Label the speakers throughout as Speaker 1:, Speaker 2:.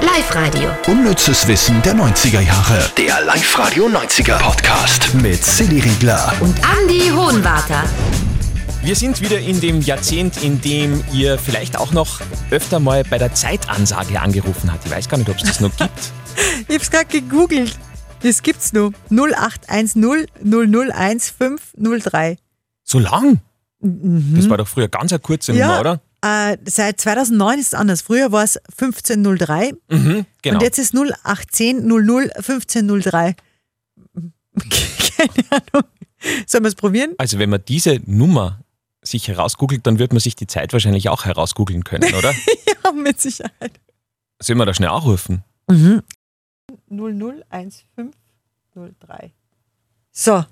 Speaker 1: Live-Radio.
Speaker 2: Unnützes Wissen der 90er Jahre.
Speaker 3: Der Live-Radio 90er Podcast.
Speaker 2: Mit Silly Riegler.
Speaker 1: Und Andy Hohenwarter.
Speaker 4: Wir sind wieder in dem Jahrzehnt, in dem ihr vielleicht auch noch öfter mal bei der Zeitansage angerufen habt. Ich weiß gar nicht, ob es das noch gibt.
Speaker 5: Ich hab's gerade gegoogelt. Das gibt's nur. 0810 0015 03.
Speaker 4: So lang?
Speaker 5: Mhm.
Speaker 4: Das war doch früher ganz eine kurze Nummer, oder?
Speaker 5: Äh, seit 2009 ist es anders. Früher war es 1503
Speaker 4: Genau.
Speaker 5: und jetzt ist 0810 00 1503. Keine Ahnung. Sollen wir es probieren?
Speaker 4: Also wenn man diese Nummer sich herausgoogelt, dann wird man sich die Zeit wahrscheinlich auch herausgoogeln können, oder?
Speaker 5: Ja, mit Sicherheit.
Speaker 4: Sollen wir da schnell anrufen?
Speaker 5: Mhm. 001503. So, Ah,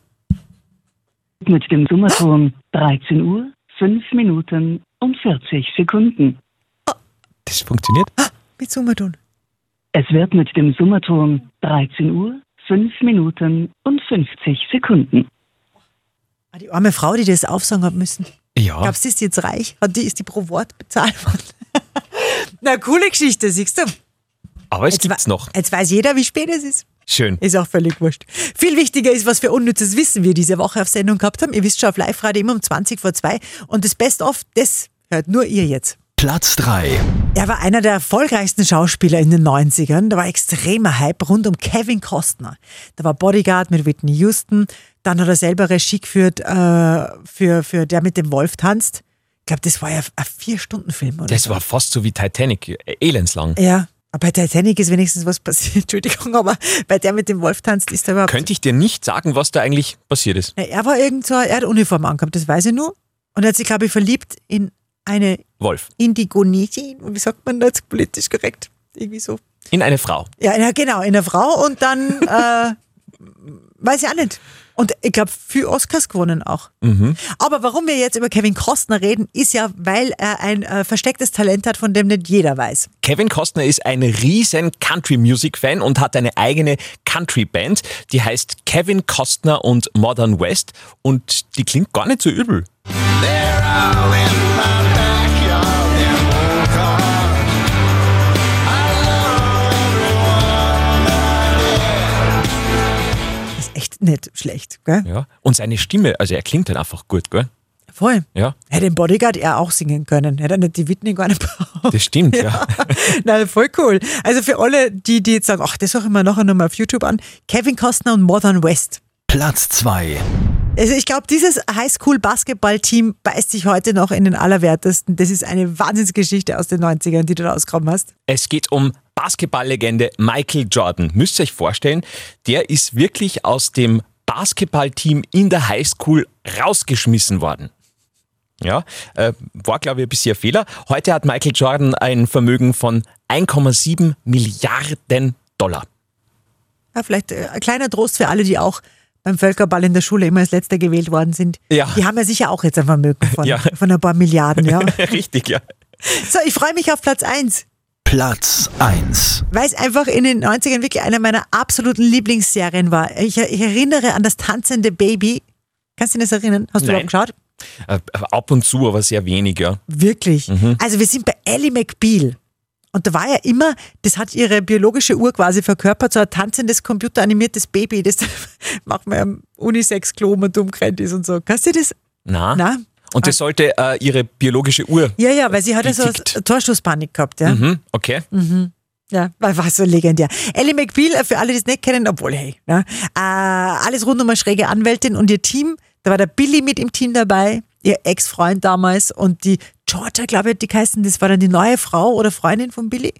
Speaker 6: Mit dem Summerton 13 Uhr, 5 Minuten und 40 Sekunden.
Speaker 4: Das funktioniert?
Speaker 5: mit Summerton.
Speaker 6: Es wird mit dem Summerton 13 Uhr, 5 Minuten und 50 Sekunden.
Speaker 5: Ah, die arme Frau, die das aufsagen hat müssen.
Speaker 4: Ja.
Speaker 5: Glaubst du, die ist jetzt reich? Hat die, ist die pro Wort bezahlt worden? Na, coole Geschichte, siehst du?
Speaker 4: aber es
Speaker 5: Jetzt,
Speaker 4: gibt's
Speaker 5: wei-
Speaker 4: noch.
Speaker 5: jetzt weiß jeder, wie spät es ist.
Speaker 4: Schön.
Speaker 5: Ist auch völlig wurscht. Viel wichtiger ist, was für unnützes Wissen wir diese Woche auf Sendung gehabt haben. Ihr wisst schon, auf Live-Radio immer um 20 vor 2. Und das Best-of, das hört nur ihr jetzt.
Speaker 2: Platz 3.
Speaker 5: Er war einer der erfolgreichsten Schauspieler in den 90ern. Da war extremer Hype rund um Kevin Costner. Da war Bodyguard mit Whitney Houston. Dann hat er selber Regie geführt äh, für, für Der mit dem Wolf tanzt. Ich glaube, das war ja ein Vier-Stunden-Film, oder?
Speaker 4: Das war fast so wie Titanic, äh, elendslang.
Speaker 5: ja. Aber bei Titanic ist wenigstens was passiert. Entschuldigung, aber bei Der mit dem Wolf tanzt ist da überhaupt
Speaker 4: Könnte ich dir nicht sagen, was da eigentlich passiert ist.
Speaker 5: Na, er war irgend so, er hat Uniform angehabt, das weiß ich nur. Und er hat sich, glaube ich, verliebt in eine
Speaker 4: Wolf.
Speaker 5: Indigonietin. Wie sagt man das politisch korrekt? Irgendwie so.
Speaker 4: In eine Frau.
Speaker 5: Ja, na, genau, in eine Frau und dann, äh, weiß ich auch nicht. Und ich glaube, für Oscars gewonnen auch.
Speaker 4: Mhm.
Speaker 5: Aber warum wir jetzt über Kevin Costner reden, ist ja, weil er ein äh, verstecktes Talent hat, von dem nicht jeder weiß.
Speaker 4: Kevin Costner ist ein riesen Country-Music-Fan und hat eine eigene Country-Band, die heißt Kevin Costner und Modern West und die klingt gar nicht so übel.
Speaker 5: Ist echt nicht schlecht, gell?
Speaker 4: Ja. Und seine Stimme, also er klingt dann einfach gut, gell?
Speaker 5: Voll.
Speaker 4: Ja,
Speaker 5: Hätte den Bodyguard er auch singen können. Hätte er nicht die Whitney gar nicht braucht.
Speaker 4: das stimmt, ja.
Speaker 5: Nein, voll cool. Also für alle, die, die jetzt sagen, ach, das suche ich mir nachher nochmal auf YouTube an, Kevin Costner und Modern West.
Speaker 2: Platz 2.
Speaker 5: Also ich glaube, dieses Highschool-Basketball-Team beißt sich heute noch in den Allerwertesten. Das ist eine Wahnsinnsgeschichte aus den 90ern, die du da ausgraben hast.
Speaker 4: Es geht um Basketballlegende Michael Jordan. Müsst ihr euch vorstellen, der ist wirklich aus dem Basketballteam in der Highschool rausgeschmissen worden. Ja, äh, war glaube ich ein bisschen ein Fehler. Heute hat Michael Jordan ein Vermögen von 1,7 Milliarden Dollar.
Speaker 5: Ja, vielleicht äh, ein kleiner Trost für alle, die auch beim Völkerball in der Schule immer als Letzter gewählt worden sind.
Speaker 4: Ja.
Speaker 5: Die haben ja sicher auch jetzt ein Vermögen von,
Speaker 4: Ja.
Speaker 5: von ein paar Milliarden. Ja.
Speaker 4: Richtig, ja.
Speaker 5: So, ich freue mich auf Platz eins.
Speaker 2: Platz 1.
Speaker 5: weil es einfach in den 90ern wirklich eine meiner absoluten Lieblingsserien war. Ich, ich erinnere an das tanzende Baby. Kannst du dich das erinnern? Hast du
Speaker 4: Nein.
Speaker 5: überhaupt geschaut?
Speaker 4: Äh, ab und zu, aber sehr wenig, ja.
Speaker 5: Wirklich. Also wir sind bei Ellie McBeal. Und da war ja immer, das hat ihre biologische Uhr quasi verkörpert, so ein tanzendes, computeranimiertes Baby, das macht man am Unisex-Klo und umkrempelt ist und so. Kannst du das?
Speaker 4: Na.
Speaker 5: Na?
Speaker 4: Und das sollte äh, ihre biologische Uhr.
Speaker 5: Ja, ja, weil sie hat ja so
Speaker 4: Getickt.
Speaker 5: eine Torschusspanik gehabt, ja.
Speaker 4: Mhm, okay.
Speaker 5: Ja, war, war so legendär. Ellie McBeal, äh, für alle, die es nicht kennen, obwohl, hey, ne? äh, alles rund um eine schräge Anwältin und ihr Team, da war der Billy mit im Team dabei, ihr Ex-Freund damals und die Georgia, glaube ich, hat die geheißen, das war dann die neue Frau oder Freundin von Billy.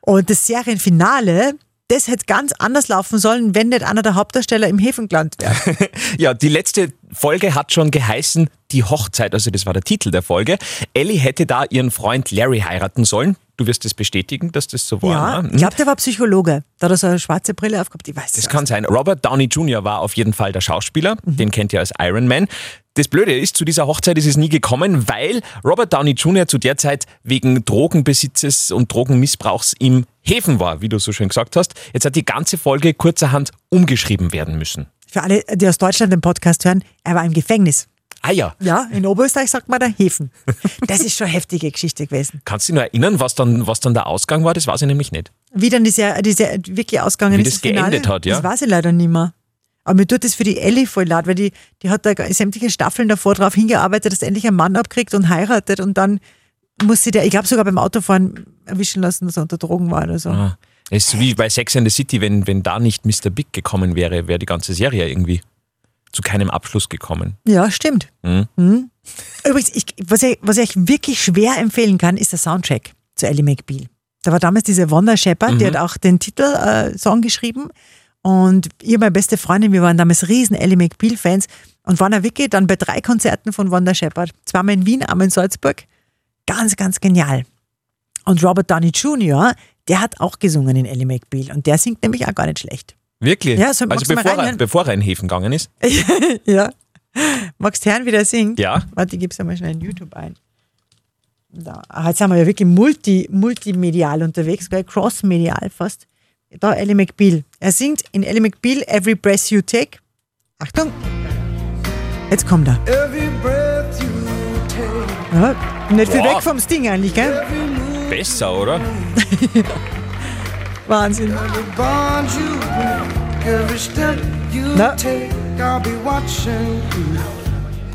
Speaker 5: Und das Serienfinale, das hätte ganz anders laufen sollen, wenn nicht einer der Hauptdarsteller im Hefenland wäre.
Speaker 4: Ja, die letzte Folge hat schon geheißen Die Hochzeit, also das war der Titel der Folge. Ellie hätte da ihren Freund Larry heiraten sollen. Du wirst das bestätigen, dass das so war.
Speaker 5: Ja,
Speaker 4: ne?
Speaker 5: ich glaube, der war Psychologe. Da hat er so eine schwarze Brille aufgehabt, ich weiß
Speaker 4: das
Speaker 5: nicht.
Speaker 4: kann sein. Robert Downey Jr. war auf jeden Fall der Schauspieler,
Speaker 5: Mhm.
Speaker 4: den kennt ihr als Iron Man. Das Blöde ist, zu dieser Hochzeit ist es nie gekommen, weil Robert Downey Jr. zu der Zeit wegen Drogenbesitzes und Drogenmissbrauchs im Häfen war, wie du so schön gesagt hast. Jetzt hat die ganze Folge kurzerhand umgeschrieben werden müssen.
Speaker 5: Für alle, die aus Deutschland den Podcast hören, er war im Gefängnis.
Speaker 4: Ah ja,
Speaker 5: Ja, in Oberösterreich sagt man da Hefen. Das ist schon heftige Geschichte gewesen.
Speaker 4: kannst du dich noch erinnern, was dann, was dann der Ausgang war? Das weiß ich nämlich nicht.
Speaker 5: wie dann diese, diese wirklich ausgegangen
Speaker 4: Wie
Speaker 5: ist.
Speaker 4: das geendet
Speaker 5: Finale,
Speaker 4: hat, ja.
Speaker 5: Das weiß ich leider nicht mehr. Aber mir tut das für die Ellie voll leid, weil die, die hat da gar- sämtliche Staffeln davor drauf hingearbeitet, dass sie endlich einen Mann abkriegt und heiratet und dann muss sie der, ich glaube sogar beim Autofahren erwischen lassen, dass er unter Drogen war oder so.
Speaker 4: Ah, Es ist wie bei Sex and the City, wenn, wenn da nicht Mr. Big gekommen wäre, wäre die ganze Serie irgendwie zu keinem Abschluss gekommen.
Speaker 5: Ja, stimmt.
Speaker 4: Mhm.
Speaker 5: Mhm. Übrigens, ich, was, ich, was ich wirklich schwer empfehlen kann, ist der Soundtrack zu Ellie McBeal. Da war damals diese Wanda Shepard, die hat auch den Titelsong äh, Song geschrieben. Und ihr, meine beste Freundin, wir waren damals riesen Ellie McBeal-Fans und waren ja wirklich dann bei drei Konzerten von Wanda Shepard. Zweimal in Wien, einmal in Salzburg. Ganz, ganz genial. Und Robert Downey Jr., der hat auch gesungen in Ellie McBeal und der singt nämlich auch gar nicht schlecht.
Speaker 4: Wirklich?
Speaker 5: Ja, so magst
Speaker 4: also
Speaker 5: du mal
Speaker 4: bevor, er,
Speaker 5: reinhören?
Speaker 4: bevor er in Häfen gegangen ist.
Speaker 5: Ja. Magst hören, wie der singt?
Speaker 4: Ja.
Speaker 5: Warte, ich gib's einmal schnell in YouTube ein. Da. Ah, Jetzt sind wir ja wirklich multi, multimedial unterwegs, gell? crossmedial fast. Da Ellie McBeal. Er singt in Ellie McBeal Every Breath You Take. Achtung! Jetzt kommt er. Ja, nicht viel
Speaker 4: Boah.
Speaker 5: weg vom Sting eigentlich, gell?
Speaker 4: Besser, oder?
Speaker 5: Wahnsinn.
Speaker 7: bond you break. Every step you
Speaker 5: Na?
Speaker 7: take, I'll be watching.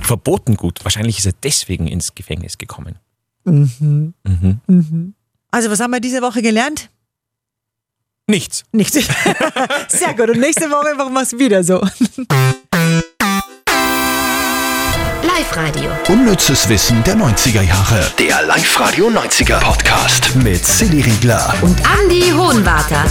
Speaker 4: Verboten gut. Wahrscheinlich ist er deswegen ins Gefängnis gekommen.
Speaker 5: Also, was haben wir diese Woche gelernt?
Speaker 4: Nichts.
Speaker 5: Nichts. Sehr gut. Und nächste Woche machen wir es wieder so.
Speaker 1: Live-Radio.
Speaker 2: Unnützes Wissen der 90er Jahre.
Speaker 3: Der Live-Radio 90er Podcast.
Speaker 2: Mit Silly Riegler.
Speaker 1: Und Andy Hohenwarter.